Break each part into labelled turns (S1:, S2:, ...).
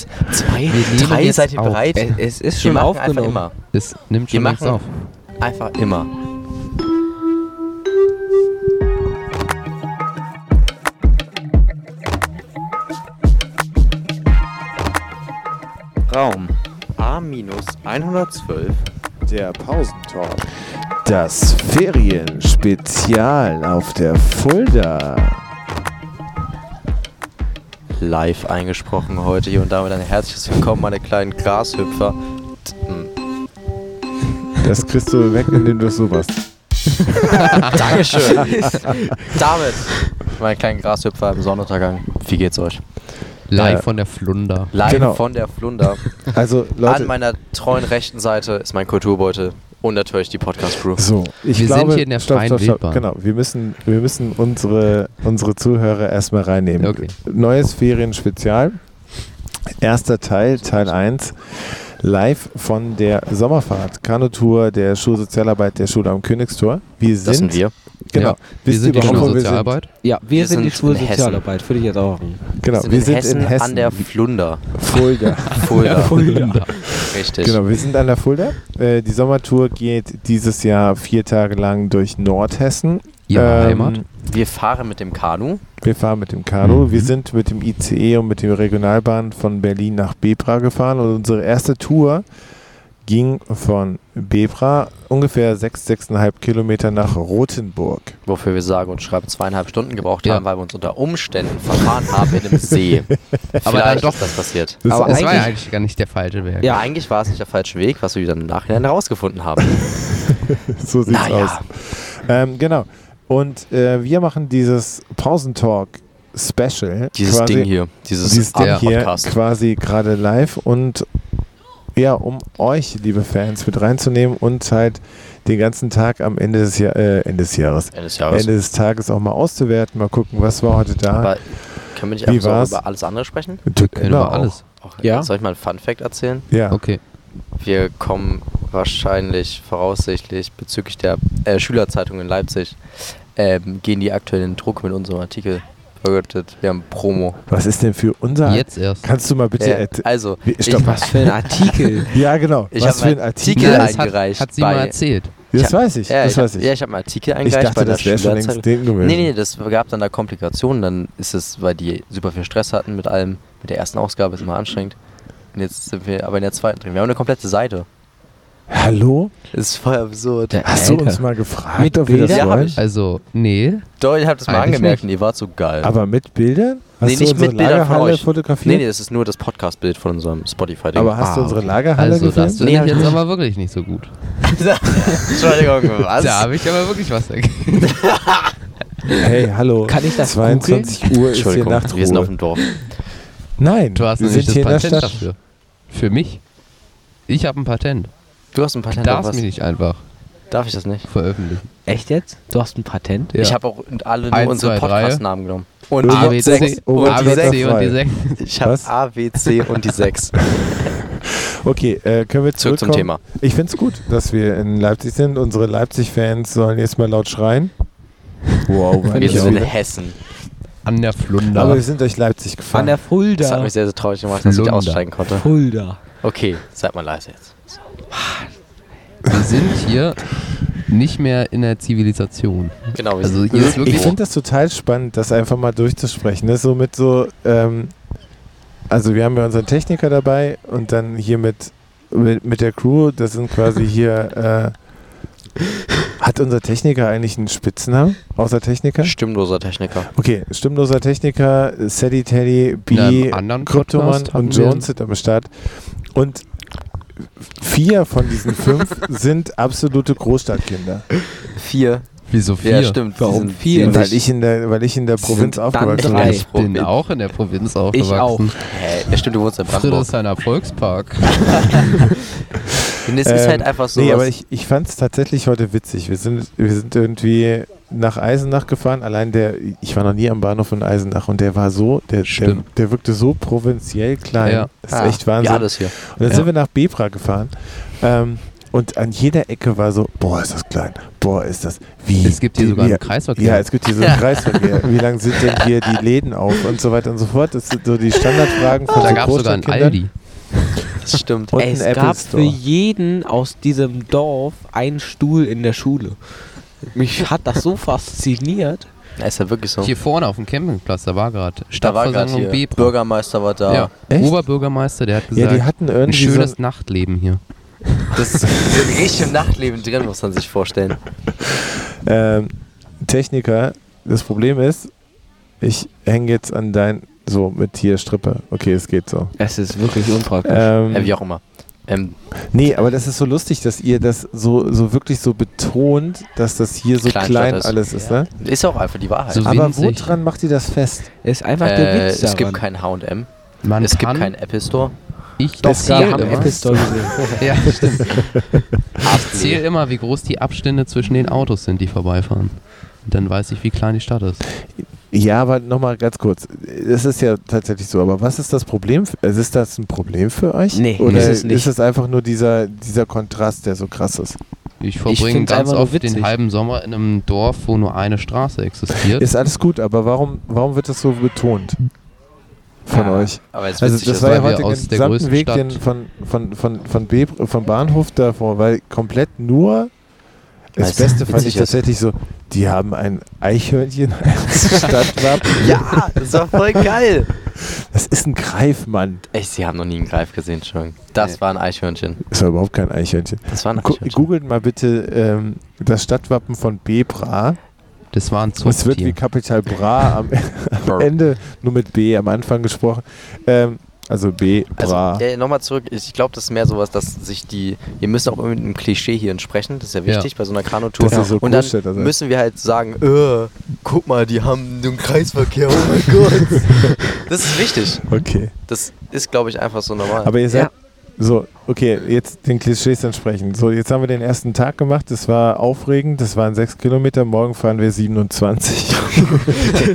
S1: eins, zwei,
S2: Wir
S1: drei.
S2: nehmen
S1: Seid ihr
S2: jetzt auf.
S1: bereit?
S3: Äh,
S2: Es, es ist
S1: Wir
S2: schon
S1: machen einfach
S3: genau.
S2: aufgenommen.
S1: immer.
S2: Es nimmt
S1: Wir
S2: schon längst
S1: machen-
S2: auf.
S1: Einfach immer. Raum A-112.
S3: Der Pausentalk. Das Ferienspezial auf der Fulda.
S1: Live eingesprochen heute hier und damit ein herzliches Willkommen, meine kleinen Grashüpfer.
S3: Das kriegst du weg, indem du sowas.
S1: Dankeschön. damit, meine kleinen Grashüpfer im Sonnenuntergang. Wie geht's euch?
S2: Live
S3: Ja.
S2: von der Flunder.
S1: Live
S3: Genau.
S1: von der Flunder.
S3: Also, Leute.
S1: An meiner treuen rechten Seite ist mein Kulturbeutel und natürlich die Podcast-Crew.
S3: so, ich
S2: Wir sind
S3: glaube,
S2: hier in der
S3: stopp,
S2: freien
S3: stopp, stopp.
S2: Wildbahn.
S3: Genau, wir müssen, wir müssen unsere, unsere Zuhörer erstmal reinnehmen.
S2: Okay.
S3: Neues Ferienspezial. Erster Teil, Teil 1. Live von der Sommerfahrt, Kanutour der Schulsozialarbeit der Schule am Königstor. Wir sind,
S1: Das sind wir.
S3: Genau.
S2: Ja.
S3: Wisst
S2: Wir sind
S3: ihr
S2: die
S3: überhaupt, wo wir
S2: Schulsozialarbeit.
S4: Ja, wir,
S1: Wir
S4: sind, die
S1: sind
S4: schwule
S1: in Hessen.
S4: Sozialarbeit, würde ich jetzt auch sagen.
S3: Genau,
S1: sind
S3: wir sind in Hessen
S1: an der Flunder.
S3: Fulda.
S1: Fulda.
S2: Flunder.
S1: Richtig.
S3: Genau, wir sind an der Fulda. Äh, die Sommertour geht dieses Jahr vier Tage lang durch Nordhessen.
S2: Ihre
S3: Ähm,
S2: Heimat.
S1: Wir fahren mit dem Kanu.
S3: Wir fahren mit dem Kanu.
S2: Mhm.
S3: Wir sind mit dem ICE und mit dem Regionalbahn von Berlin nach Bebra gefahren und unsere erste Tour ging von Bebra ungefähr sechs, sechseinhalb Kilometer nach Rothenburg.
S1: Wofür wir sage und schreibe zweieinhalb Stunden gebraucht
S2: Ja.
S1: haben, weil wir uns unter Umständen verfahren haben in einem See.
S2: Aber dann
S1: Vielleicht
S2: doch.
S1: ist das passiert.
S3: Das
S4: Aber
S3: ist
S2: Das war ja
S4: eigentlich-
S2: eigentlich gar nicht der falsche Weg.
S4: Ja.
S1: Eigentlich war es nicht der falsche Weg, was wir dann im Nachhinein herausgefunden haben.
S3: So sieht's aus. Ähm, genau. Und äh, wir machen dieses Pausentalk Special.
S1: dieses
S3: quasi
S1: Ding hier, dieses,
S3: dieses Ding
S1: Art
S3: hier
S1: Podcast.
S3: quasi gerade live und ja, um euch, liebe Fans, mit reinzunehmen und halt den ganzen Tag am Ende des, Jahr, äh, Ende des Jahres,
S1: Ende des Jahres.
S3: Ende des Tages auch mal auszuwerten, mal gucken, was war heute da.
S1: Aber können wir nicht
S3: Wie
S1: einfach so
S3: war's?
S1: über alles andere sprechen?
S3: Du-
S2: Wir können
S3: genau.
S2: über alles.
S1: Auch-
S4: Ja.
S1: Soll ich mal einen Fun Fact erzählen?
S3: Ja,
S2: Okay.
S1: Wir kommen wahrscheinlich voraussichtlich bezüglich der äh, Schülerzeitung in Leipzig, ähm, gehen die aktuell in den Druck mit unserem Artikel. Vergöttet, wir haben Promo.
S3: was ist denn für unser...
S2: Jetzt erst.
S3: Kannst du mal bitte...
S1: Äh,
S3: et-
S1: also,
S3: Wie- Stopp,
S4: Was für ein Artikel.
S3: ja, genau.
S1: Ich
S3: was
S1: hab
S3: für ein
S1: meinen
S3: Artikel.
S1: Artikel
S2: Ja, das
S1: eingereicht
S2: Hat, hat sie mal
S1: bei-
S2: erzählt.
S3: Das
S1: ich hab-
S3: weiß ich,
S1: ja,
S3: das
S1: ich
S3: weiß
S1: hab,
S3: ich.
S1: Ja, ich habe einen Artikel
S3: ich
S1: eingereicht bei
S3: dachte,
S1: der
S3: das wäre schon längst
S1: Schülerzeitung.
S3: drin gewesen.
S1: Nee, nee, das gab dann da Komplikationen. Dann ist es, weil die super viel Stress hatten mit allem. Mit der ersten Ausgabe ist immer anstrengend. Und jetzt sind wir aber in der zweiten drin. Wir haben eine komplette Seite.
S3: Hallo?
S1: Das ist voll absurd.
S3: Hast du
S2: Alter.
S3: uns mal gefragt,
S4: Mit
S3: ob wir das
S1: Bildern? Ja, hab
S3: wollen?
S1: ich.
S2: Also, nee.
S1: Doch, ich habe das mal
S2: Eigentlich
S1: angemerkt und ihr wart so geil.
S3: Aber mit Bildern? Hast
S1: Nee,
S3: du
S1: nicht
S3: unsere
S1: mit Bildern von
S3: Lagerhalle
S1: euch.
S3: fotografiert?
S1: Nee, nee, das ist nur das Podcast-Bild von unserem Spotify-Ding.
S3: Aber hast du
S2: Ah,
S3: unsere
S2: okay.
S3: Lagerhalle
S2: Also, das
S3: gefilmt?
S2: finde
S1: Nee, hab
S2: ich
S1: ich
S2: jetzt
S1: nicht.
S2: aber wirklich nicht so gut.
S1: Entschuldigung, was?
S2: Da habe ich aber wirklich was dagegen.
S3: Hey, hallo.
S4: Kann ich das
S3: 22 Uhr ist hier
S1: Entschuldigung, wir sind auf
S3: Nachtruhe.
S1: dem Dorf.
S3: Nein,
S2: Du hast
S3: wir
S2: nämlich das
S3: sind hier in
S2: Patent
S3: der Stadt.
S2: dafür. Für mich? Ich habe ein Patent.
S1: Du hast ein Patent auf
S2: Darfst
S1: was?
S2: mich nicht einfach
S1: Darf ich das nicht?
S2: veröffentlichen.
S4: Echt jetzt? Du hast ein Patent?
S2: Ja.
S1: Ich habe auch alle nur
S2: Eins,
S1: unsere
S2: zwei, drei.
S1: Podcast-Namen genommen. Und
S2: Ah,
S1: A, B,
S3: Über-
S2: ABC,
S1: sechs.
S3: Oh,
S1: Und die sechs.
S2: ABC und die
S3: frei.
S2: 6.
S1: Ich habe
S3: Was?
S1: A, B, C und die 6.
S3: Okay, äh, können wir
S1: Zurück zum
S3: zurückkommen?
S1: Thema.
S3: Ich finde es gut, dass wir in Leipzig sind. Unsere Leipzig-Fans sollen jetzt mal laut schreien. Wow,
S4: Find
S1: Wir
S4: ich
S1: sind in
S4: auch.
S1: Hessen.
S2: An der
S3: Aber
S2: Flunder.
S3: wir sind durch Leipzig
S4: An der
S3: gefahren.
S4: Fulda.
S1: Das hat mich sehr, sehr traurig gemacht, dass ich
S2: Flunder.
S1: aussteigen konnte.
S4: Fulda.
S1: Okay, seid mal leise jetzt.
S2: Wir sind hier nicht mehr in der Zivilisation.
S1: Genau, wir
S2: Also
S1: sind
S2: hier ist
S3: Ich
S2: wirklich.
S3: finde das total spannend, das einfach mal durchzusprechen. Ne? So mit so, ähm, also wir haben ja unseren Techniker dabei und dann hier mit, mit, mit der Crew, das sind quasi hier, äh, hat unser Techniker eigentlich einen Spitznamen außer Techniker?
S1: stimmloser Techniker.
S3: Okay, stimmloser Techniker, Sadie Teddy, B,
S2: einem anderen
S3: Kryptoman
S2: Podcast haben
S3: und
S2: wir-
S3: Jones sind am Start. Und vier von diesen fünf sind absolute Großstadtkinder.
S1: Vier.
S2: Wieso vier?
S1: Ja, stimmt. die
S4: Warum
S1: sind-
S4: vier?
S1: die sind halt
S3: Weil ich in der, weil ich in der Provinz
S4: dann
S3: aufgewachsen
S4: drei.
S3: bin.
S2: Ich bin auch in der Provinz aufgewachsen.
S1: Hä, ja, stimmt, du wohnst in Brandenburg.
S2: Friedrichshainer Volkspark.
S1: Und es ist
S3: Ähm,
S1: halt einfach so.
S3: Nee, aber ich, ich fand es tatsächlich heute witzig. Wir sind, wir sind irgendwie nach Eisenach gefahren. Allein der, ich war noch nie am Bahnhof von Eisenach und der war so, der, der,
S2: Stimmt.
S3: der wirkte so provinziell klein.
S2: Ja.
S3: Das ist echt Wahnsinn.
S1: Ja, das Ah, hier.
S3: Und dann
S2: Ja.
S3: sind wir nach Bebra gefahren. Ähm, Und an jeder Ecke war so, boah, ist das klein, boah, ist das, wie.
S2: Es gibt hier
S3: die-
S2: sogar
S3: ja,
S2: einen Kreisverkehr.
S3: ja, es gibt hier so einen Kreisverkehr. Wie lang sind denn hier die Läden auf und so weiter und so fort? Das sind so die Standardfragen von
S2: da
S3: so
S2: gab es sogar einen
S3: Großstadtkindern.
S2: Aldi.
S1: Das stimmt.
S3: Und
S1: Ey,
S3: ein
S1: es
S3: Apple
S1: gab-
S3: App-
S4: gab
S3: Store.
S4: für jeden aus diesem Dorf einen Stuhl in der Schule. Mich hat das so fasziniert.
S1: Ja, Ist ja wirklich so.
S2: Hier vorne auf dem Campingplatz, da war gerade
S1: Oh. da war gerade
S2: Stadtversammlung
S1: hier.
S2: B.
S1: Bürgermeister war da.
S2: Ja,
S3: Echt?
S2: Oberbürgermeister, der hat
S3: Ja,
S2: gesagt,
S3: die hatten
S2: ein
S3: irgendwie so
S2: schönes Nachtleben hier.
S1: Das ist richtig im Nachtleben drin, muss man sich vorstellen.
S3: ähm, Techniker. Das Problem ist, ich hänge jetzt an dein, so mit hier Strippe. Okay, es geht so.
S4: Es ist wirklich unpraktisch.
S3: Ähm,
S1: Äh, wie auch immer. Ähm,
S3: Nee, aber das ist so lustig, dass ihr das so, so wirklich so betont, dass das hier so
S1: Kleinstadt
S3: klein
S1: ist.
S3: alles ist, ne?
S1: ist auch einfach die Wahrheit.
S2: So
S3: Aber wo
S2: winzig.
S3: dran macht ihr das fest?
S4: ist einfach
S1: äh,
S4: der Witz
S1: es gibt
S4: daran.
S1: kein H&M.
S2: Man
S1: Es gibt
S2: kann
S1: keinen Apple Store.
S2: Ich
S3: Doch,
S2: zähl
S3: wir
S4: Wir haben
S2: immer.
S4: Apple Store gesehen.
S2: Ja, stimmt. Ich zähle immer, wie groß die Abstände zwischen den Autos sind, die vorbeifahren. Dann weiß ich, wie klein die Stadt ist.
S3: Ja, aber nochmal ganz kurz. Es ist ja tatsächlich so, aber was ist das Problem? f- Also ist das ein Problem für euch?
S4: Nee,
S3: Oder
S4: ist es nicht.
S3: ist es einfach nur dieser, dieser Kontrast, der so krass ist?
S2: Ich
S4: Ich
S2: verbringe
S4: find's
S2: ganz
S4: einfach nur
S2: oft den
S4: witzig.
S2: halben Sommer in einem Dorf, wo nur eine Straße existiert.
S3: Ist alles gut, aber warum, warum wird das so betont? Von
S1: Ja,
S3: euch.
S1: Aber es ist
S3: Also
S1: witzig,
S3: das
S1: dass-
S3: war ja
S2: weil wir
S3: heute
S2: aus
S3: den
S2: der
S3: gesamten
S2: größten
S3: Weg
S2: Stadt-
S3: den von, von, von, von, Beb, von Bahnhof davor, weil komplett nur
S1: Weil
S3: das
S1: es
S3: Beste fand
S1: witzig
S3: ich
S1: ist.
S3: tatsächlich so, die haben ein Eichhörnchen als Stadtwappen.
S1: Ja, das war voll geil.
S3: Das ist ein Greifmann.
S1: Echt, sie haben noch nie einen Greif gesehen, Entschuldigung. Das
S2: Nee.
S1: war ein Eichhörnchen.
S3: Das war überhaupt kein Eichhörnchen.
S1: Das war ein
S3: Gu-
S1: Eichhörnchen.
S3: Googelt mal bitte ähm, das Stadtwappen von Bebra.
S2: das war ein
S3: Es wird
S2: Zuchttier.
S3: wie Kapital Bra am
S1: Brr.
S3: Ende nur mit B am Anfang gesprochen. Ähm, also B,
S1: Also,
S3: Bra.
S1: äh, nochmal zurück, ich glaube, das ist mehr sowas, dass sich die, wir müssen auch immer mit einem Klischee hier entsprechen, das ist ja wichtig bei so einer Kanutour.
S3: Dass ihr so also.
S1: und dann
S3: Großstädter seid.
S1: müssen wir halt sagen, äh, guck mal, die haben einen Kreisverkehr, oh mein Gott. das ist wichtig.
S3: okay.
S1: Das ist, glaube ich, einfach so normal.
S3: Aber ihr seid. So, okay, jetzt den Klischees entsprechend. So, jetzt haben wir den ersten Tag gemacht. Das war aufregend. Das waren sechs Kilometer. Morgen fahren wir 27.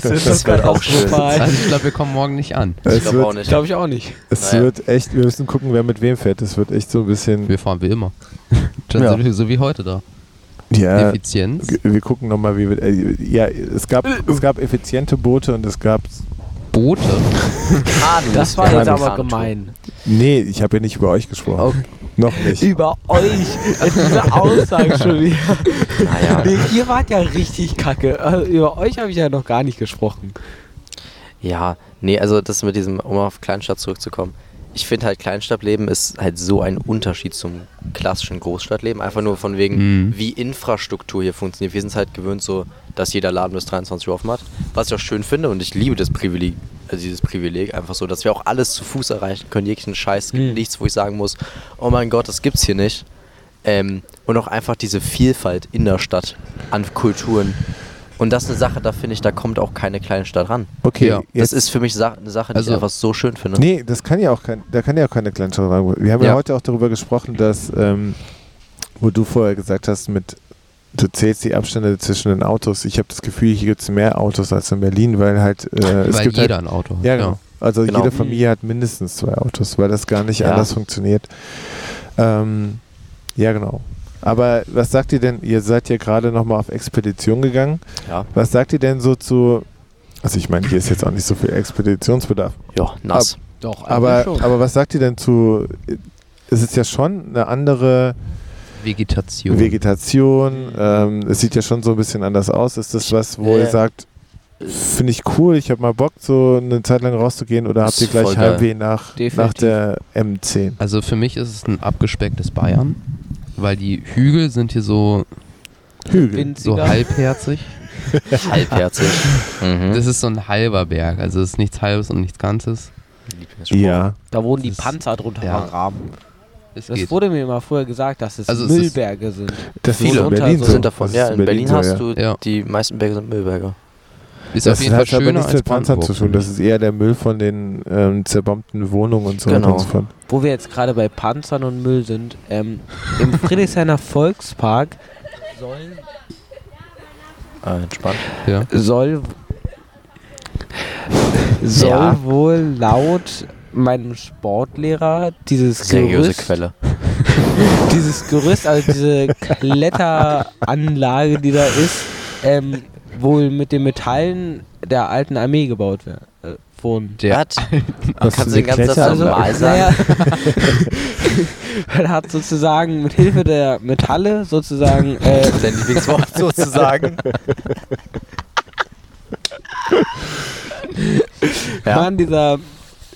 S1: das wird auch schön.
S2: Also ich glaube, wir kommen morgen nicht an.
S1: ich
S3: Es
S1: glaube auch
S3: wird,
S1: nicht.
S4: Glaube ich auch nicht.
S3: es
S1: Naja.
S3: wird echt, wir müssen gucken, wer mit wem fährt. Das wird echt so ein bisschen.
S2: Wir fahren wie immer. Dann
S3: Ja. Äh,
S2: sind wir so wie heute da.
S3: Ja,
S2: Effizienz.
S3: g- wir gucken nochmal, wie wir. Äh, ja, es gab, es gab effiziente Boote und es gab.
S2: Boote.
S1: Kanu.
S4: Das war
S1: Wir
S4: jetzt
S1: haben
S4: aber
S1: Kanutour.
S4: gemein.
S3: Nee, ich habe ja nicht über euch gesprochen.
S4: Okay.
S3: Noch nicht.
S4: Über euch. Also diese Aussage schon wieder.
S1: Naja.
S4: Nee, ihr wart ja richtig kacke. Also über euch habe ich ja noch gar nicht gesprochen.
S1: Ja, nee, also das mit diesem, um auf Kleinstadt zurückzukommen. Ich finde halt Kleinstadtleben ist halt so ein Unterschied zum klassischen Großstadtleben. Einfach nur von wegen,
S2: Mhm.
S1: wie Infrastruktur hier funktioniert. Wir sind halt gewöhnt so, dass jeder Laden bis 23 Uhr offen hat. Was ich auch schön finde und ich liebe das Privileg, also dieses Privileg einfach so, dass wir auch alles zu Fuß erreichen können. Jeglichen Scheiß, es gibt
S4: Mhm.
S1: nichts, wo ich sagen muss, oh mein Gott, das gibt's hier nicht. Ähm, und auch einfach diese Vielfalt in der Stadt an Kulturen. Und das ist eine Sache, da finde ich, da kommt auch keine Kleinstadt ran.
S3: Okay,
S2: Ja.
S3: jetzt,
S1: Das ist für mich Sa eine Sache, die
S2: Also-
S1: ich einfach so schön finde.
S3: Nee, das kann ja auch kein, da kann ja auch keine Kleinstadt rein. Wir haben ja,
S1: Ja.
S3: heute auch darüber gesprochen, dass, ähm, wo du vorher gesagt hast, mit du zählst die Abstände zwischen den Autos. Ich habe das Gefühl, hier gibt es mehr Autos als in Berlin, weil halt äh, es
S2: weil
S3: gibt
S2: jeder
S3: halt,
S2: ein Auto hat.
S3: ja, genau. Also
S1: Genau.
S3: jede Familie hat mindestens zwei Autos, weil das gar nicht
S1: Ja.
S3: anders funktioniert. Ähm, ja, genau. Aber was sagt ihr denn? Ihr seid ja gerade nochmal auf Expedition gegangen.
S1: Ja,
S3: Was sagt ihr denn so zu. Also, ich meine, hier ist jetzt auch nicht so viel Expeditionsbedarf.
S1: ja nass.
S4: Doch,
S3: Aber, aber was sagt ihr denn zu. Es ist ja schon eine andere
S2: Vegetation.
S3: Vegetation. Ähm, es sieht ja schon so ein bisschen anders aus. Ist das was, wo
S1: Äh,
S3: ihr sagt, finde ich cool, ich habe mal Bock, so eine Zeit lang rauszugehen oder habt
S1: Ist
S3: ihr gleich
S1: voll geil.
S3: Heimweh nach, nach
S4: Definitiv.
S3: der M10?
S2: also für mich ist es ein abgespecktes Bayern, weil die Hügel sind hier so,
S3: Hügel.
S2: so
S4: Winziger.
S2: halbherzig.
S1: Halbherzig.
S3: Hm?
S1: mhm.
S2: Das ist so ein halber Berg, also es ist nichts halbes und nichts ganzes.
S3: Ja.
S4: Da wurden die
S2: Das-
S4: Panzer drunter
S2: ja.
S4: vergraben.
S2: Es
S4: Das
S2: geht.
S4: wurde mir immer vorher gesagt, dass es
S2: Also es ist-
S4: Müllberge sind.
S3: Das
S4: Viele
S3: in
S4: unter-
S3: Berlin
S4: so
S1: sind
S3: so.
S1: davon.
S3: Das
S1: Ja,
S3: ist
S1: in Berlin,
S3: so,
S1: hast
S3: ja.
S1: du
S2: Ja.
S1: die meisten Berge sind Müllberger.
S2: Ist
S3: Das
S2: auf jeden Fall
S3: hat aber
S2: schöner
S3: nichts
S2: als
S3: mit Panzer zu tun.
S2: Brandenburg.
S3: Das ist eher der Müll von den ähm, zerbombten Wohnungen und so weiter
S1: Genau.
S3: und so fort.
S4: Wo wir jetzt gerade bei Panzern und Müll sind, ähm, im Friedrichshainer Volkspark sollen,
S1: Äh, entspannt.
S2: ja.
S4: soll, soll
S1: Ja.
S4: wohl laut meinem Sportlehrer dieses
S1: Seriöse
S4: Gerüst,
S1: Quelle.
S4: dieses Gerüst, also diese Kletteranlage, die da ist, ähm, wohl mit den Metallen der alten Armee gebaut werden. Äh, wurden. Also,
S1: Der hat.
S3: Was
S1: Kannst du
S3: für
S1: den
S3: eine
S1: ganzen Satz nochmal
S3: Kletteranlage?
S4: naja,
S1: sagen?
S4: man hat sozusagen mit Hilfe der Metalle sozusagen äh,
S1: Dein Lieblingswort sozusagen. ja,
S4: waren dieser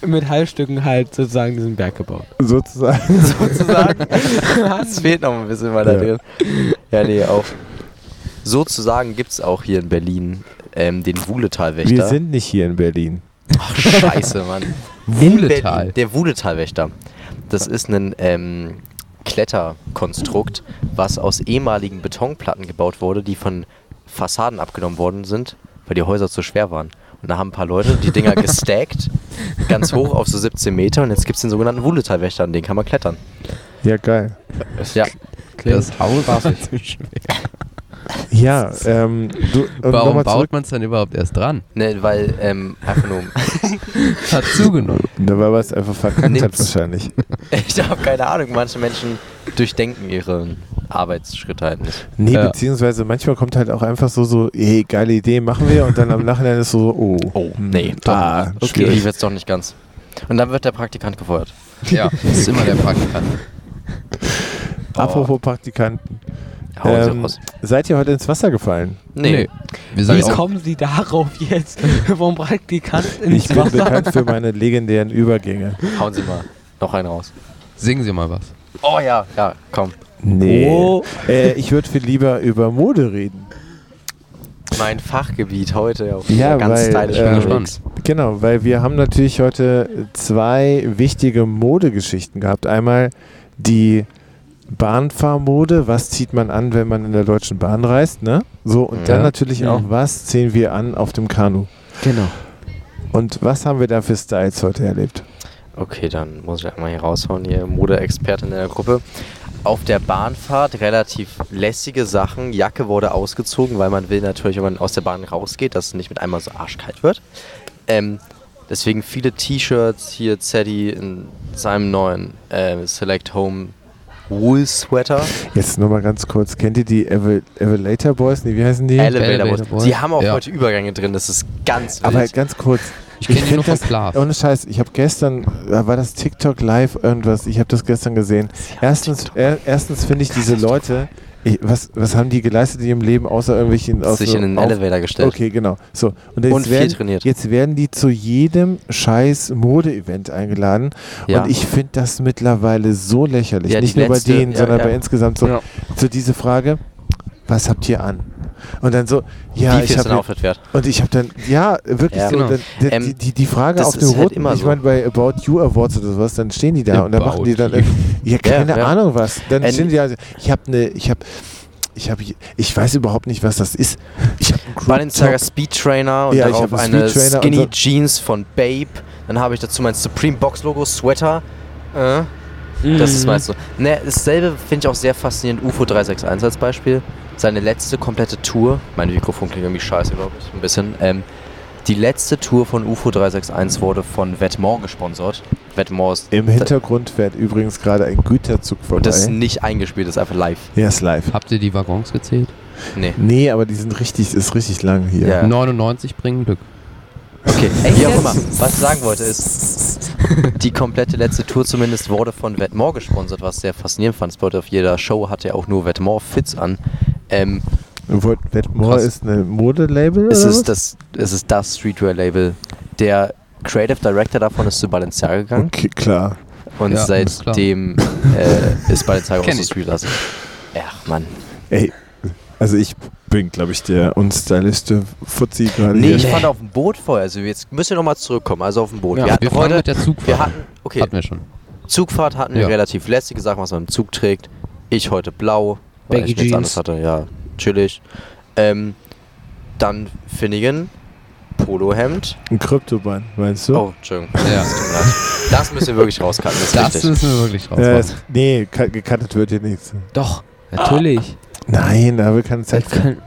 S4: Metallstücken halt sozusagen diesen Berg gebaut.
S3: Sozusagen.
S1: sozusagen. Es fehlt noch ein bisschen weiter
S3: Ja.
S1: drin. Ja, nee, auch. Sozusagen gibt es auch hier in Berlin ähm, den Wuhletalwächter.
S3: Wir sind nicht hier in Berlin.
S1: Ach, scheiße, Mann.
S2: Wuhletal.
S1: Berlin, Der Wuhletalwächter. Das ist ein ähm, Kletterkonstrukt, was aus ehemaligen Betonplatten gebaut wurde, die von Fassaden abgenommen worden sind, weil die Häuser zu schwer waren. Und da haben ein paar Leute die Dinger gestackt, ganz hoch auf so 17 Meter und jetzt gibt es den sogenannten Wuhletalwächter, an den kann man klettern.
S3: Ja, geil.
S1: Ja,
S2: Das Haus.
S3: Ja, ähm, du, und
S2: Warum
S3: nochmal zurück.
S2: baut man es dann überhaupt erst dran?
S1: ne, weil ähm, einfach nur.
S2: Hat zugenommen.
S3: Da war was einfach verkannt hat
S1: Nimmt's.
S3: wahrscheinlich.
S1: ich habe keine Ahnung, manche Menschen durchdenken ihre Arbeitsschritte halt nicht.
S3: Nee,
S2: Ja.
S3: beziehungsweise manchmal kommt halt auch einfach so, so, ey, geile Idee, machen wir. Und dann am Nachhinein ist so, oh.
S1: Oh, nee,
S3: Hm, Ah,
S1: Okay.
S3: schwierig.
S1: Lief jetzt doch nicht ganz. Und dann wird der Praktikant gefeuert.
S2: Ja, das ist immer der Praktikant.
S3: Apropos Praktikanten.
S1: Hau sie
S3: Ähm,
S1: raus.
S3: Seid ihr heute ins Wasser gefallen?
S1: Nee.
S2: Wir
S4: Wie
S2: sind auch
S4: kommen Sie darauf jetzt vom Praktikanten
S3: Ich
S4: ins
S3: bin
S4: Wasser?
S3: bekannt für meine legendären Übergänge.
S1: Hauen Sie mal noch einen raus.
S2: Singen Sie mal was.
S1: Oh ja, ja, komm.
S3: Nee.
S4: Oh.
S3: Äh, ich würde viel lieber über Mode reden.
S1: Mein Fachgebiet heute auf
S3: Ja,
S1: ganz
S3: weil,
S1: stylisch
S3: äh,
S1: unterwegs.
S3: Genau, weil wir haben natürlich heute zwei wichtige Modegeschichten gehabt. Einmal die Bahnfahrmode, was zieht man an, wenn man in der Deutschen Bahn reist, ne? So, und dann
S2: Ja.
S3: natürlich
S4: Ja.
S1: Mhm.
S3: auch, was ziehen wir an auf dem Kanu?
S4: Genau.
S3: Und was haben wir da für Styles heute erlebt?
S1: Okay, dann muss ich einmal hier raushauen, hier Modeexpertin in der Gruppe. Auf der Bahnfahrt relativ lässige Sachen. Jacke wurde ausgezogen, weil man will natürlich, wenn man aus der Bahn rausgeht, dass es nicht mit einmal so arschkalt wird. Ähm, deswegen viele T-Shirts hier, Zeddy in seinem neuen äh, Select Home Wool Sweater.
S3: Jetzt nur mal ganz kurz, kennt ihr die Eve- Evelator Boys? Nee, wie heißen die?
S1: Elevator Boys.
S2: Elevator Boys.
S1: Die haben auch
S2: Ja.
S1: heute Übergänge drin, das ist ganz
S3: Aber
S1: wild.
S3: ganz kurz,
S2: Ich kenne die
S3: find
S2: nur vom
S3: das-
S2: Klaas.
S3: Ohne Scheiß, ich habe gestern, äh, war das TikTok live irgendwas, ich habe das gestern gesehen. Erstens, er, erstens finde ich diese Leute, ich, was, was haben die geleistet in ihrem Leben, außer irgendwelchen... aus
S1: sich
S3: so
S1: in den
S3: also auf-
S1: Elevator gestellt.
S3: Okay, genau. So. Und, jetzt
S1: Und viel
S3: werden,
S1: trainiert.
S3: Jetzt werden die zu jedem scheiß Mode-Event eingeladen.
S1: Ja.
S3: Und ich finde das mittlerweile so lächerlich.
S1: Ja, die
S3: Nicht nur bei
S1: letzte-
S3: denen,
S1: ja,
S3: sondern
S1: ja.
S3: bei insgesamt so,
S1: Ja.
S3: so diese Frage, was habt ihr an? Und dann so, ja,
S1: Wie viel
S3: ich
S1: ist dein
S3: habe
S1: Outfit wert?
S3: und ich habe dann, ja, wirklich
S1: Ja.
S3: so,
S2: Genau.
S3: dann, die,
S1: Ähm,
S3: die- die, die Frage
S1: das
S3: auf dem
S1: ist halt
S3: roten,
S1: immer
S3: ich
S1: so.
S3: meine bei About You Awards oder sowas, dann stehen die da und dann
S2: About
S3: machen die dann,
S2: You.
S3: irgendwie- ja, keine
S1: ja.
S3: Ahnung was, dann
S1: Ähm,
S3: stehen die da, also, ich habe eine, ich habe, ich habe, ich weiß überhaupt nicht, was das ist. Ich habe einen Crop
S1: Balenciaga
S3: Top.
S1: Speed Trainer und
S3: Ja, ich
S1: darauf
S3: hab einen
S1: eine
S3: Speed Trainer also und
S1: Skinny
S3: so-
S1: Jeans von Babe. Dann habe ich dazu mein Supreme Box Logo Sweater. Äh, Das
S4: Mhm.
S1: ist meist so. Ne, dasselbe finde ich auch sehr faszinierend. UFO 361 als Beispiel. Seine letzte komplette Tour. Mein Mikrofon klingt irgendwie scheiße, glaube ich. Ein bisschen. Ähm, die letzte Tour von UFO 361 wurde von Vetements gesponsert. Vetements ist.
S3: Im Hintergrund fährt übrigens gerade ein Güterzug vorbei.
S1: Und das ist nicht eingespielt, das ist einfach live.
S3: ja, ist live.
S2: Habt ihr die Waggons gezählt?
S1: Nee.
S3: Nee, aber die sind richtig, ist richtig lang hier.
S1: Ja.
S2: 99 bringen Glück.
S1: Okay, wie auch immer. Was ich sagen wollte ist, die komplette letzte Tour zumindest wurde von Vetmore gesponsert, was ich sehr faszinierend fand. Spot auf jeder Show hatte ja auch nur Vetmore Fits an. Ähm,
S3: Wet- Wetmore
S1: Krass.
S3: ist eine Modelabel
S1: es,
S3: oder was?
S1: ist das, es ist das Streetwear-Label. Der Creative Director davon ist zu Balenciaga gegangen
S3: Okay, klar.
S1: und
S2: Ja, ist klar.
S1: seitdem äh, ist Balenciaga
S2: Kenn
S1: aus der
S2: ich.
S1: Streetlasse. Ach Mann.
S3: Ey, also ich bin, glaube ich, der unstylischste Fuzzi gerade
S1: Nee,
S3: hier.
S1: ich fand auf dem Boot vorher, also jetzt müssen wir nochmal zurückkommen, also auf dem Boot.
S4: Ja,
S1: wir hatten
S2: Wir fahren
S1: heute,
S2: mit der Zugfahrt.
S1: wir hatten, okay,
S2: Hatten wir schon.
S1: Zugfahrt hatten wir
S2: Ja.
S1: relativ lästige Sachen, was man im Zug trägt. Ich heute blau, weil
S4: Baggy
S1: ich nichts anderes
S4: Jeans.
S1: hatte. Ja, chillig. Ähm, dann Finnigan, Polohemd.
S3: Ein Kryptobahn, meinst du?
S1: Oh, Entschuldigung.
S2: Ja.
S1: Das, tut mir leid. das müssen wir wirklich rauscutten, das ist
S2: Das
S1: richtig.
S2: müssen wir wirklich raus.
S3: äh, es- nee, ka- gecuttet wird hier nichts.
S4: Doch, natürlich.
S3: Nein, da haben wir keine Zeit.
S4: Das können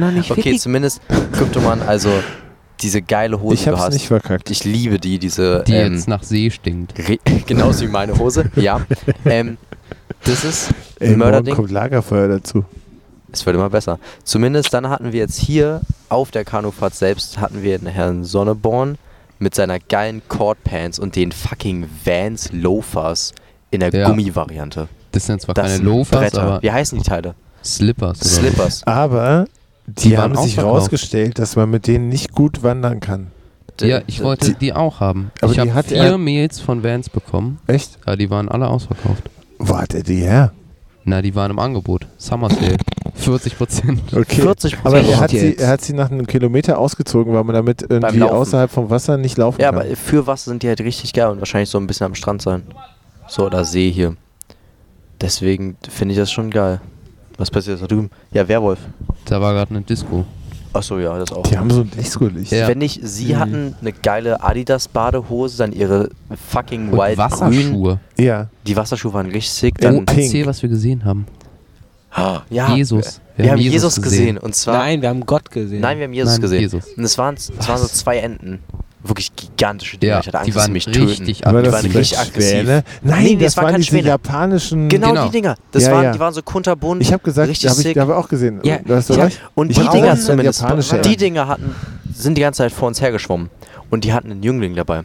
S4: noch nicht
S1: okay,
S4: wirklich.
S1: zumindest Kryptoman, also diese geile Hose,
S3: Ich
S1: die du
S3: hab's
S1: hast.
S3: nicht verkackt.
S1: Ich liebe die, diese.
S2: Die
S1: ähm,
S2: jetzt nach See stinkt.
S1: Re- genauso wie meine Hose, ja. Ähm, Das ist
S3: Ey,
S1: ein
S3: morgen
S1: Mörderding.
S3: kommt Lagerfeuer dazu.
S1: Es wird immer besser. Zumindest dann hatten wir jetzt hier auf der Kanufahrt selbst hatten wir den Herrn Sonneborn mit seiner geilen Cordpants und den fucking Vans Loafers in der
S2: Ja.
S1: Gummivariante.
S2: Das sind zwar
S1: Das
S2: keine
S1: sind
S2: Loafers,
S1: Bretter.
S2: aber
S1: Wie heißen die Teile?
S2: Slippers. Oder
S1: Slippers.
S3: Aber die,
S2: Die waren
S3: haben sich
S2: ausverkauft.
S3: rausgestellt, dass man mit denen nicht gut wandern kann.
S2: So. Ja, ich wollte die, auch haben.
S3: Aber
S2: ich
S3: die
S2: habe
S3: hat
S2: vier
S3: er-
S2: Mails von Vans bekommen.
S3: Echt?
S2: Ja, die waren alle ausverkauft.
S3: Wo hat er die her?
S2: Na, die waren im Angebot. Summer Sale. 40 Prozent.
S1: Äh,
S3: Okay.
S1: 40
S3: aber
S4: Prozent
S3: er hat, sie,
S4: jetzt.
S3: er hat sie nach einem Kilometer ausgezogen, weil man damit irgendwie
S1: Laufen.
S3: außerhalb vom Wasser nicht laufen
S1: Ja,
S3: kann.
S1: aber für was sind die halt richtig geil und wahrscheinlich so ein bisschen am Strand sein. So, oder See hier. Deswegen finde ich das schon geil. Was passiert da drüben? Ja, Werwolf.
S2: Da war gerade eine Disco.
S1: Achso, ja, das auch.
S3: Die haben so ein Disco-Licht.
S2: Ja.
S1: Wenn nicht, sie
S3: Mhm.
S1: hatten eine geile Adidas-Badehose, dann ihre fucking
S2: Und
S1: Wild Grün.
S2: Wasserschuhe. äh,
S3: Ja.
S1: Die Wasserschuhe waren richtig sick.
S3: Oh,
S1: Dann,
S3: Pink.
S2: Erzähl, was wir gesehen haben.
S1: Ah, ja,
S2: Jesus.
S1: Wir, haben Jesus gesehen. Und zwar.
S4: Nein, wir haben Gott gesehen.
S1: nein, wir haben Jesus
S2: Nein,
S1: gesehen.
S2: Jesus.
S1: Und es waren, es waren so
S2: Was?
S1: zwei Enten. Wirklich gigantische Dinger.
S2: Ja,
S1: ich hatte Angst,
S2: die
S1: dass
S2: waren
S1: sie mich
S2: richtig
S1: töten.
S3: War
S2: ab.
S1: Die
S3: das
S1: waren
S3: vielleicht
S1: richtig aggressiv.
S3: Schwäne? Nein,
S1: Nee, nee,
S3: das,
S1: das war
S3: waren
S1: kein
S3: diese
S1: Schwäne.
S3: japanischen.
S1: Genau,
S2: Genau.
S1: die Dinger. Das
S3: Mhm, Ja,
S1: waren,
S3: ja.
S1: Die waren so kunterbunt.
S3: Ich habe gesagt,
S1: richtig
S3: da habe ich,
S1: sick.
S3: da hab ich auch gesehen.
S4: Ja,
S3: du hast doch
S1: ja.
S3: recht.
S1: Und
S3: Ich
S1: die
S3: hab auch
S1: Dinger
S3: gesagt,
S1: zumindest,
S3: japanische
S1: die
S3: Enten.
S1: Dinger hatten, sind die ganze Zeit vor uns hergeschwommen. Und die hatten einen Jüngling dabei.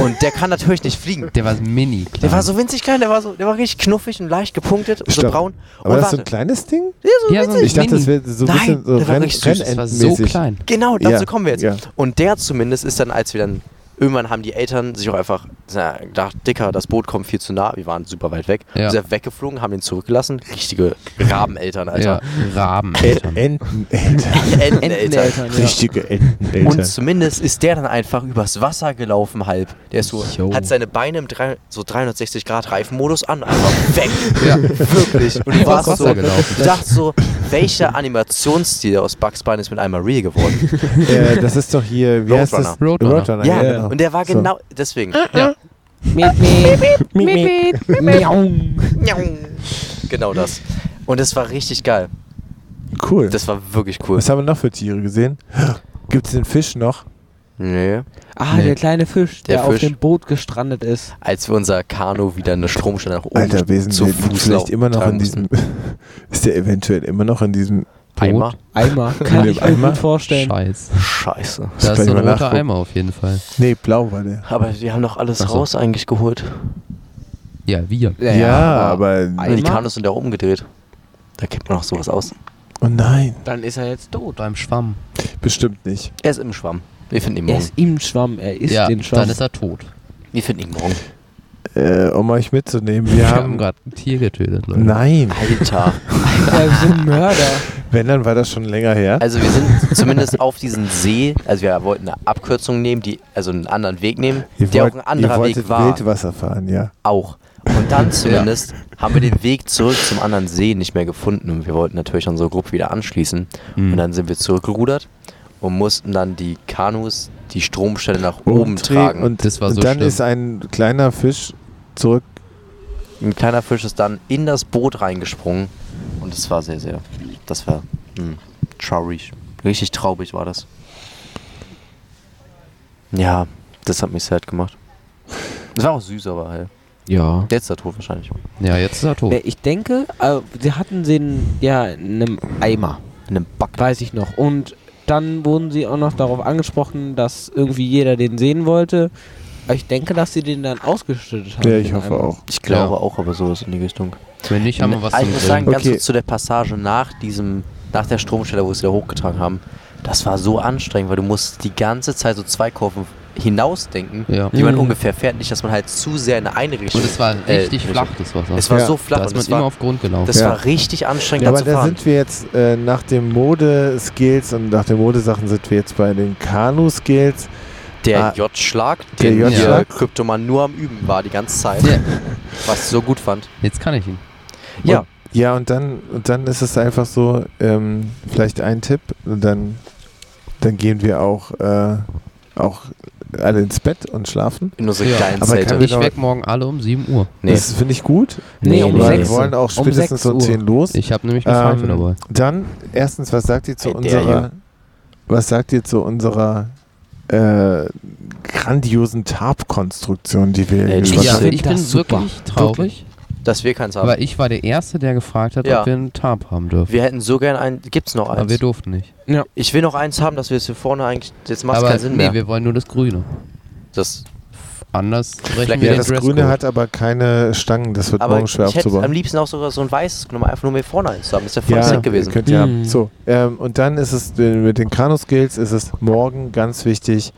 S1: Und der kann natürlich nicht fliegen.
S2: Der war mini.
S1: Der war so winzig klein, der war so, der war richtig knuffig und leicht gepunktet und so
S3: Stopp.
S1: braun.
S3: Aber
S1: und
S3: das ist so ein kleines Ding?
S1: Oh, ja, so
S2: Ja, so
S1: winzig.
S3: Ich dachte, das
S2: Mini.
S3: wäre so ein
S1: Nein,
S3: bisschen so
S1: der war
S3: Renn,
S1: richtig süß.
S2: Das war so
S3: Rennentenmäßig.
S2: klein.
S1: Genau, dazu
S3: Ja,
S1: kommen wir jetzt.
S3: ja.
S1: Und der zumindest ist dann, als wir dann, irgendwann haben die Eltern sich auch einfach na, gedacht, Dicker, das Boot kommt viel zu nah, wir waren super weit weg.
S2: Ja.
S1: Wir sind weggeflogen, haben ihn zurückgelassen. Richtige Rabeneltern,
S2: Ja,
S1: Alter.
S2: Raben.
S3: Enten, Äh, Enten, Enten.
S1: Enteneltern.
S4: ja.
S3: Richtige Enten,
S1: genau. Und zumindest ist der dann einfach übers Wasser gelaufen halb. Der ist so,
S2: Jo.
S1: hat seine Beine im drei, so 360 Grad Reifenmodus an, einfach weg.
S2: Ja.
S1: Wirklich. Und du warst
S2: Wasser
S1: so,
S2: gelaufen.
S1: ich dachte so, welcher Animationsstil aus Bugs Bunny ist mit einmal real geworden?
S3: Äh, das ist doch hier, wie heißt das?
S2: Roadrunner.
S1: ja,
S3: genau.
S1: und der war
S3: So.
S1: genau, deswegen.
S4: Miep, miep,
S3: Miep, genau. miep.
S4: miau.
S1: Genau das. Und das war richtig geil.
S3: Cool.
S1: Das war wirklich cool.
S3: Was haben wir noch für Tiere gesehen? Gibt es den Fisch noch?
S1: Nee.
S4: Ah,
S2: Nee.
S4: der kleine Fisch, der,
S1: Der
S4: auf
S1: Fisch.
S4: dem Boot gestrandet ist.
S1: Als wir unser Kanu wieder eine Stromstelle nach oben
S3: Alter, wir sind
S1: Oh, zu
S3: wir
S1: Fuß
S3: vielleicht immer noch
S1: tragen
S3: in diesem. Ist der eventuell immer noch in diesem.
S1: mussten. Eimer.
S4: Eimer, kann
S3: dem
S4: ich mir
S3: Eimer?
S4: gut vorstellen.
S2: Scheiß.
S1: Scheiße.
S2: Da
S3: Muss
S2: ist
S3: gleich
S2: so ein
S3: mal
S2: roter
S3: nachgucken.
S2: Eimer auf jeden Fall.
S3: Nee, blau war der.
S1: Aber die haben doch alles
S2: Ach so.
S1: raus eigentlich geholt.
S2: Ja, wir.
S3: Ja, aber.
S1: Nee, die
S4: Eimer?
S1: Kanus sind ja oben gedreht. Da kippt man auch sowas aus.
S3: Oh nein,
S4: Dann ist er jetzt tot.
S2: Beim Schwamm.
S3: bestimmt nicht.
S1: Er ist im Schwamm. Wir finden ihn
S4: Er
S1: morgen.
S4: ist im Schwamm, er ist
S2: ja,
S4: den
S2: dann
S4: Schwamm.
S2: ist er tot.
S1: Wir finden ihn morgen.
S3: Äh, um euch mitzunehmen, wir
S2: Wir haben
S1: Um
S3: haben.
S2: gerade ein Tier getötet, Leute.
S3: Nein,
S1: Alter.
S4: Er ist ein Mörder.
S3: wenn, dann war das schon länger her.
S1: Also wir sind zumindest auf diesen See. Also wir wollten eine Abkürzung nehmen, die, also einen anderen Weg nehmen, der auch ein
S3: ihr
S1: anderer
S3: wolltet
S1: Weg war.
S3: Wildwasser fahren, ja.
S1: Auch. Und dann zumindest haben wir den Weg zurück zum anderen See nicht mehr gefunden. Und wir wollten natürlich unsere Gruppe wieder anschließen.
S2: Mhm.
S1: Und dann sind wir zurückgerudert und mussten dann die Kanus, die Stromstelle nach oben
S3: Umdrehen
S1: tragen.
S3: Und,
S2: Das war so
S3: und dann
S2: schlimm.
S3: ist ein kleiner Fisch zurück.
S1: Ein kleiner Fisch ist dann in das Boot reingesprungen und es war sehr, sehr. Das war mh, traurig. Richtig traurig war das. Ja, das hat mich sad gemacht. Es war auch süß, aber halt.
S4: Ja.
S1: Jetzt ist er tot wahrscheinlich.
S2: Ja, jetzt ist er tot.
S4: Ich denke, äh, sie hatten den ja in einem Eimer.
S1: In einem Back.
S4: Weiß ich noch. Und dann wurden sie auch noch darauf angesprochen, dass irgendwie jeder den sehen wollte. Aber ich denke, dass sie den dann ausgeschüttet haben.
S3: Ja, ich
S4: den
S3: hoffe
S4: Eimer.
S3: auch.
S1: Ich glaube
S2: Ja.
S1: auch, aber sowas in die Richtung.
S2: Wenn nicht, haben wir was
S1: Also
S2: zum
S1: ich muss
S2: Grillen.
S1: sagen, ganz
S3: Okay.
S1: kurz zu der Passage nach diesem, nach der Stromstelle, wo sie da hochgetragen haben. Das war so anstrengend, weil du musst die ganze Zeit so zwei Kurven hinausdenken,
S2: Ja.
S1: die man
S4: Mhm.
S1: ungefähr fährt, nicht, dass man halt zu sehr in eine Richtung.
S2: Und es war
S1: äh,
S2: richtig
S1: Richtung-
S2: flach, das Wasser.
S1: Es war
S3: Ja.
S1: so
S2: da
S1: flach
S2: ist
S1: und
S2: man
S1: es
S2: immer
S1: war,
S2: auf Grund gelaufen.
S1: das
S3: Ja.
S1: war richtig anstrengend,
S3: Ja,
S1: da
S3: aber
S1: zu
S3: da
S1: fahren.
S3: sind wir jetzt äh, nach den Mode-Skills und nach den Modesachen sind wir jetzt bei den Kanu-Skills.
S1: Der
S3: Ah.
S1: J-Schlag,
S3: Der
S1: den
S3: J-Schlag?
S1: der Kryptoman nur am Üben war die ganze Zeit,
S2: Ja.
S1: was ich so gut fand.
S2: Jetzt kann ich ihn.
S1: Ja,
S3: Ja, und dann, und dann ist es einfach so, ähm, vielleicht ein Tipp und dann, dann gehen wir auch, äh, auch alle ins Bett und schlafen.
S1: in unsere
S2: Ja.
S1: kleinen
S3: Aber
S1: Zelte.
S3: kann-
S2: Ich weck morgen alle um 7 Uhr.
S1: Nee.
S3: Das finde ich gut.
S4: Nee, um
S3: weil wir
S4: sechs Uhr.
S3: wollen auch
S4: Um
S3: spätestens
S4: sechs
S3: um
S4: Uhr.
S3: 10 los.
S2: Ich habe nämlich eine Pfeife
S3: Ähm,
S2: dabei.
S3: Dann, erstens, was sagt ihr zu
S1: Hey, der
S3: unserer, was sagt ihr zu unserer äh, grandiosen Tarp-Konstruktion, die wir
S1: Ey, ich-
S3: hier
S4: Äh,
S3: geschaffen
S2: Ja,
S4: find
S2: ich bin
S4: das super.
S2: wirklich traurig,
S1: dass wir keins haben.
S2: Aber ich war der Erste, der gefragt hat,
S1: Ja.
S2: ob wir einen Tarp haben dürfen.
S1: wir hätten so gern einen. Gibt's noch
S2: Aber
S1: eins?
S2: wir durften nicht.
S1: Ich will noch eins haben, dass wir es hier vorne eigentlich. Jetzt macht
S2: Aber
S1: keinen Sinn
S2: nee,
S1: mehr.
S2: wir wollen nur das Grüne.
S1: Das,
S2: Anders brechen
S1: Flecken-
S2: wir
S3: Ja,
S2: den
S3: das
S2: Dresscode.
S3: Grüne hat aber keine Stangen, das wird
S1: aber
S3: morgen schwer
S1: ich hätte am
S3: aufzubauen.
S1: liebsten auch sogar so ein weißes genommen, einfach nur um hier vorne eins zu haben. Das wäre voll
S3: ja,
S1: sick gewesen.
S3: Könnt ihr haben.
S2: Mhm.
S3: So, ähm, und dann ist es äh, mit den Kanu-Skills ist es morgen ganz wichtig,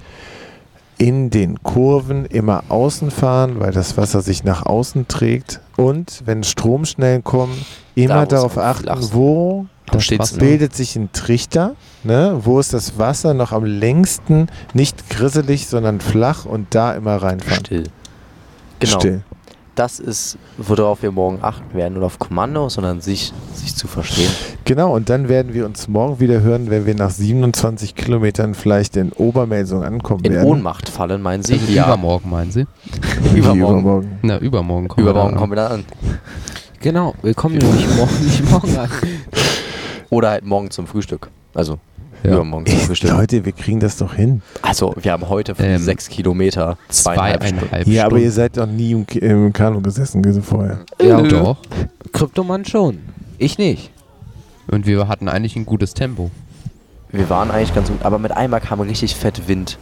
S3: in den Kurven immer außen fahren, weil das Wasser sich nach außen trägt. Und wenn Stromschnellen kommen, immer
S1: wo es
S3: darauf
S1: am
S3: achten,
S1: flachsten-
S3: wo
S1: Da
S2: das
S1: steht's ne?
S2: passt
S1: noch.
S2: noch.
S3: bildet sich ein Trichter, ne, wo ist das Wasser noch am längsten, nicht grisselig, sondern flach und da immer reinfahren.
S1: Still. Genau.
S3: Still.
S1: Das ist, worauf wir morgen achten werden. Nur auf Kommando, sondern sich, sich zu verstehen.
S3: Genau, und dann werden wir uns morgen wieder hören, wenn wir nach 27 Kilometern vielleicht in Obermelsung ankommen
S1: In
S3: werden.
S1: Ohnmacht fallen, meinen Sie?
S2: Also Übermorgen, meinen Sie?
S1: Übermorgen.
S2: Na, übermorgen kommen
S1: Übermorgen
S2: wir da
S1: kommen wir da an.
S4: Genau, wir kommen nämlich morgen nicht morgen an.
S1: Oder halt morgen zum Frühstück. Also
S2: Ja.
S1: übermorgen zum Frühstück.
S3: Leute, wir kriegen das doch hin.
S1: Also wir haben heute für
S2: Ähm,
S1: sechs Kilometer zweieinhalb, Stunden.
S2: Zweieinhalb
S3: Ja, aber ihr
S2: Stunden.
S3: seid doch nie im, Ki- im Kanu gesessen gewesen vorher.
S2: Ja,
S4: Nö.
S2: doch.
S4: Kryptomann schon. Ich nicht.
S2: Und wir hatten eigentlich ein gutes Tempo.
S1: Wir waren eigentlich ganz gut, aber mit einmal kam richtig fett Wind.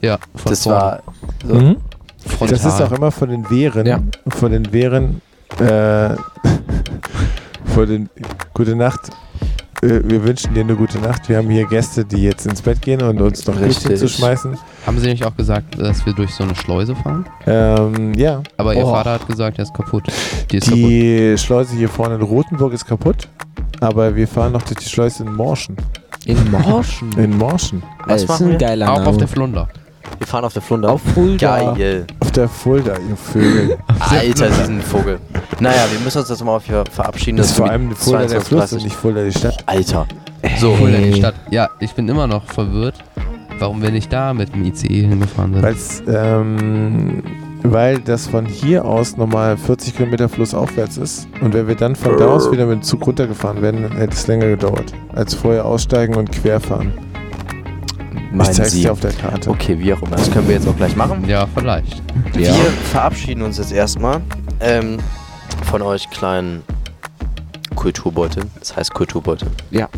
S2: Ja, von
S1: Das
S2: vorne.
S1: war so,
S3: Mhm.
S2: frontal.
S3: Das ist auch immer von den Wehren.
S4: Ja.
S3: Von den Wehren. Äh, von den. Gute Nacht. Äh, Wir wünschen dir eine gute Nacht. Wir haben hier Gäste, die jetzt ins Bett gehen und uns noch Richtig
S1: Richtig.
S3: zu schmeißen.
S2: Haben sie nicht auch gesagt, dass wir durch so eine Schleuse fahren?
S3: Ähm, ja,
S2: Aber ihr
S4: Oh.
S2: Vater hat gesagt, der ist kaputt. Die ist kaputt.
S3: Die Schleuse hier vorne in Rothenburg ist kaputt, aber wir fahren noch durch die Schleuse in Morschen.
S4: In Morschen.
S3: In Morschen.
S1: Was
S4: das ist
S1: machen
S4: ein
S1: wir?
S4: geiler
S2: Auch
S4: Name.
S2: auf der Flunder.
S1: wir fahren auf der Flunder.
S4: Auf Fulda.
S1: Geil.
S3: Auf der Fulda, ihr Vögel.
S1: Alter, diesen Vogel. Naja, wir müssen uns jetzt mal auf hier verabschieden.
S3: Das ist vor
S1: irgendwie
S3: allem Fulda der Fluss
S1: 22:30.
S3: und nicht Fulda die Stadt.
S1: Alter.
S2: So,
S3: Hey.
S2: Fulda in die Stadt. Ja, ich bin immer noch verwirrt, warum wir nicht da mit dem ICE hingefahren sind.
S3: Weil's, ähm, weil das von hier aus nochmal 40 Kilometer flussaufwärts ist. Und wenn wir dann von da aus wieder mit dem Zug runtergefahren werden, dann hätte es länger gedauert, als vorher aussteigen und querfahren. Ich
S1: Meinen
S3: zeig's
S1: Sie.
S3: dir auf der Karte.
S1: Okay, wie auch immer. Das können wir jetzt auch gleich machen.
S2: ja, vielleicht.
S1: Wir verabschieden uns jetzt erstmal ähm, von euch kleinen Kulturbeutel. Das heißt Kulturbeutel.
S4: Ja.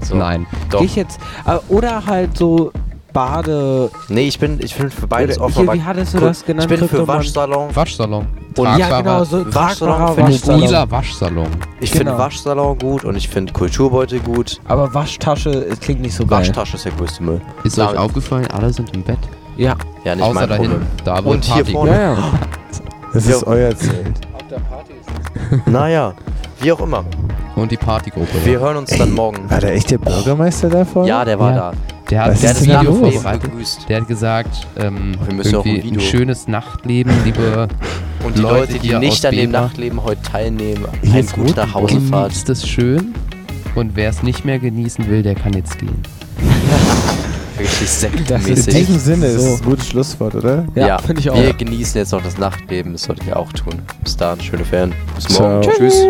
S1: So.
S2: Nein.
S1: Doch.
S4: Geh ich jetzt. äh, Oder halt so Bade.
S1: nee, ich bin, ich bin für beides
S4: Oder-
S1: offen.
S4: hier,
S1: aber
S4: wie hattest du
S1: Kul-
S4: das genannt?
S1: Ich bin für
S4: Kryptomann?
S1: Waschsalon.
S2: Waschsalon.
S1: Und-
S4: Ja, genau,
S2: Tragbarer-
S4: so
S1: Waschsalon
S4: tragbarer
S1: finde ich
S4: Waschsalon.
S2: Mobiler Waschsalon.
S1: Ich
S4: Genau.
S1: finde Waschsalon gut und ich finde Kulturbeutel gut.
S4: Aber Waschtasche es klingt nicht so geil.
S1: Waschtasche ist der größte Müll.
S2: Ist
S1: Damit-
S2: euch aufgefallen, alle sind im Bett?
S4: Ja.
S1: Ja, nicht
S2: Außer
S1: mein
S2: da
S1: Problem.
S2: hinten. Da wird
S1: Und hier
S2: Party.
S1: vorne.
S4: Ja, ja.
S3: Das
S1: Ja.
S3: ist euer Zelt.
S1: Naja, wie auch immer.
S2: Und die Partygruppe.
S1: Wir hören uns dann morgen.
S3: War da echt der Bürgermeister da vorne?
S1: Ja, der war
S2: Ja.
S1: da.
S2: Der hat der hat
S1: Der hat
S3: Was ist
S2: das
S1: das
S3: denn da
S2: Video
S3: los?
S1: Nachtleben
S2: vorbereitet.
S1: begrüßt.
S2: Der hat gesagt, ähm,
S1: Wir müssen ja auch
S2: irgendwie
S1: ein
S2: ein,
S1: Video.
S2: schönes Nachtleben, liebe
S1: Und die
S2: Leute
S1: Leute, die
S2: hier
S1: nicht
S2: aus
S1: an dem
S2: Beba.
S1: Nachtleben heute teilnehmen,
S3: Hier
S1: eine
S3: ist
S1: gute
S3: gut.
S1: Nachhausefahrt.
S2: genießt es schön. Und wer es nicht mehr genießen will, der kann jetzt gehen.
S1: Richtig
S3: In
S1: sektmäßig.
S3: diesem Sinne ist
S4: so.
S3: es ein gutes Schlusswort, oder?
S4: Ja, finde ich auch.
S1: Wir genießen jetzt noch das Nachtleben, das solltet ihr auch tun. Bis dahin, schöne Ferien. Bis morgen.
S3: Ciao.
S1: Tschüss.